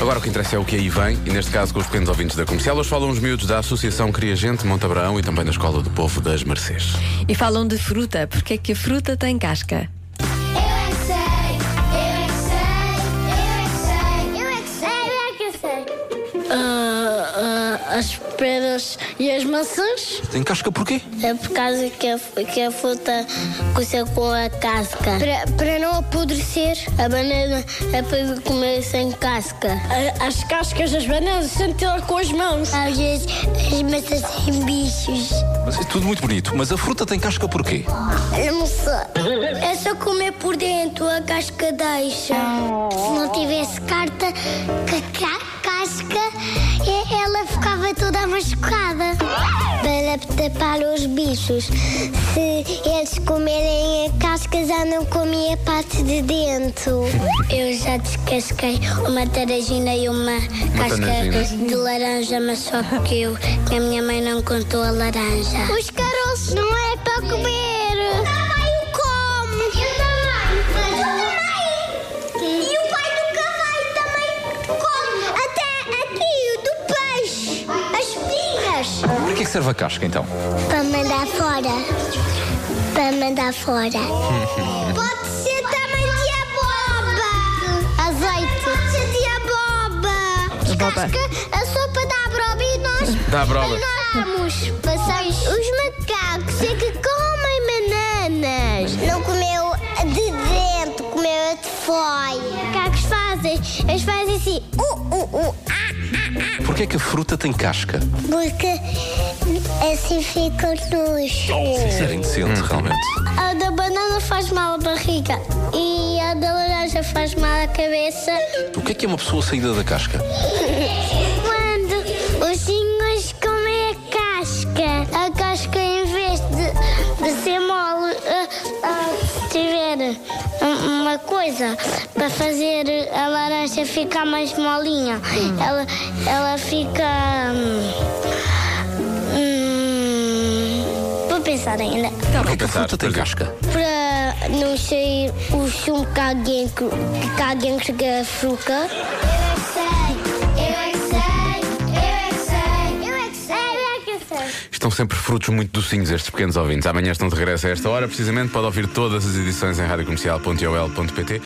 Agora o que interessa é o que aí vem, e neste caso com os pequenos ouvintes da comercial, hoje falam os miúdos da Associação Cria Gente Montabrão e também da Escola do Povo das Mercês. E falam de fruta, porque é que a fruta tem casca? Eu é que sei, eu é que sei, eu é que sei, eu é que sei, eu é que sei, eu é que sei. Ah, as peras e as maçãs. Tem casca porquê? É por causa que a, que a fruta coça com a casca. Para, para não apodrecer, a banana é para comer sem casca. As cascas das bananas sem tirar com as mãos. Às vezes as maçãs têm bichos. Mas é tudo muito bonito. Mas a fruta tem casca porquê? Eu não sei. É só comer por dentro, a casca deixa. Se não tivesse carta, que a casca, e- ela ficava toda machucada. Para tapar os bichos. Se eles comerem a casca, já não comia a parte de dentro. Eu já descasquei uma tarajina e uma, casca tarajina. de laranja, mas só porque eu, que a minha mãe não contou a laranja. Os caroços não é para comer. Eu também o como. Eu também. Eu também. E o pai do cavalo também come. Até aqui, o do peixe. As espinhas. Para que é que serve a casca então? Para mandar fora. Para mandar fora. Pode ser também de aboba. Azeite. Pode ser de aboba. Aboba. Descasca a sopa da abroba e nós Da abóbora. ignoramos. Passamos. Os macacos é que comem bananas. Não comeu a de dentro, comeu a de fora. Os macacos fazem. Eles fazem assim. Uh, uh, uh, ah. Porquê é que a fruta tem casca? Porque assim ficam nus. Isso era indecente, realmente. A da banana faz mal à barriga e a da laranja faz mal à cabeça. O que é que é uma pessoa saída da casca? Quando os senhores comem a casca, a casca em vez de, de ser mole, ah, ah, se tiver um- uma coisa para fazer a laranja ficar mais molinha, ela, ela fica. hum, hum, vou pensar ainda. Porquê é que a fruta tem casca? para não sair o chumbo que alguém, que alguém a fruca. Eu é que sei, eu é que sei, eu é que sei, eu é que sei, eu é que sei. Estão sempre frutos muito docinhos estes pequenos ouvintes. Amanhã estão de regresso a esta hora, precisamente pode ouvir todas as edições em radiocomercial.ol.pt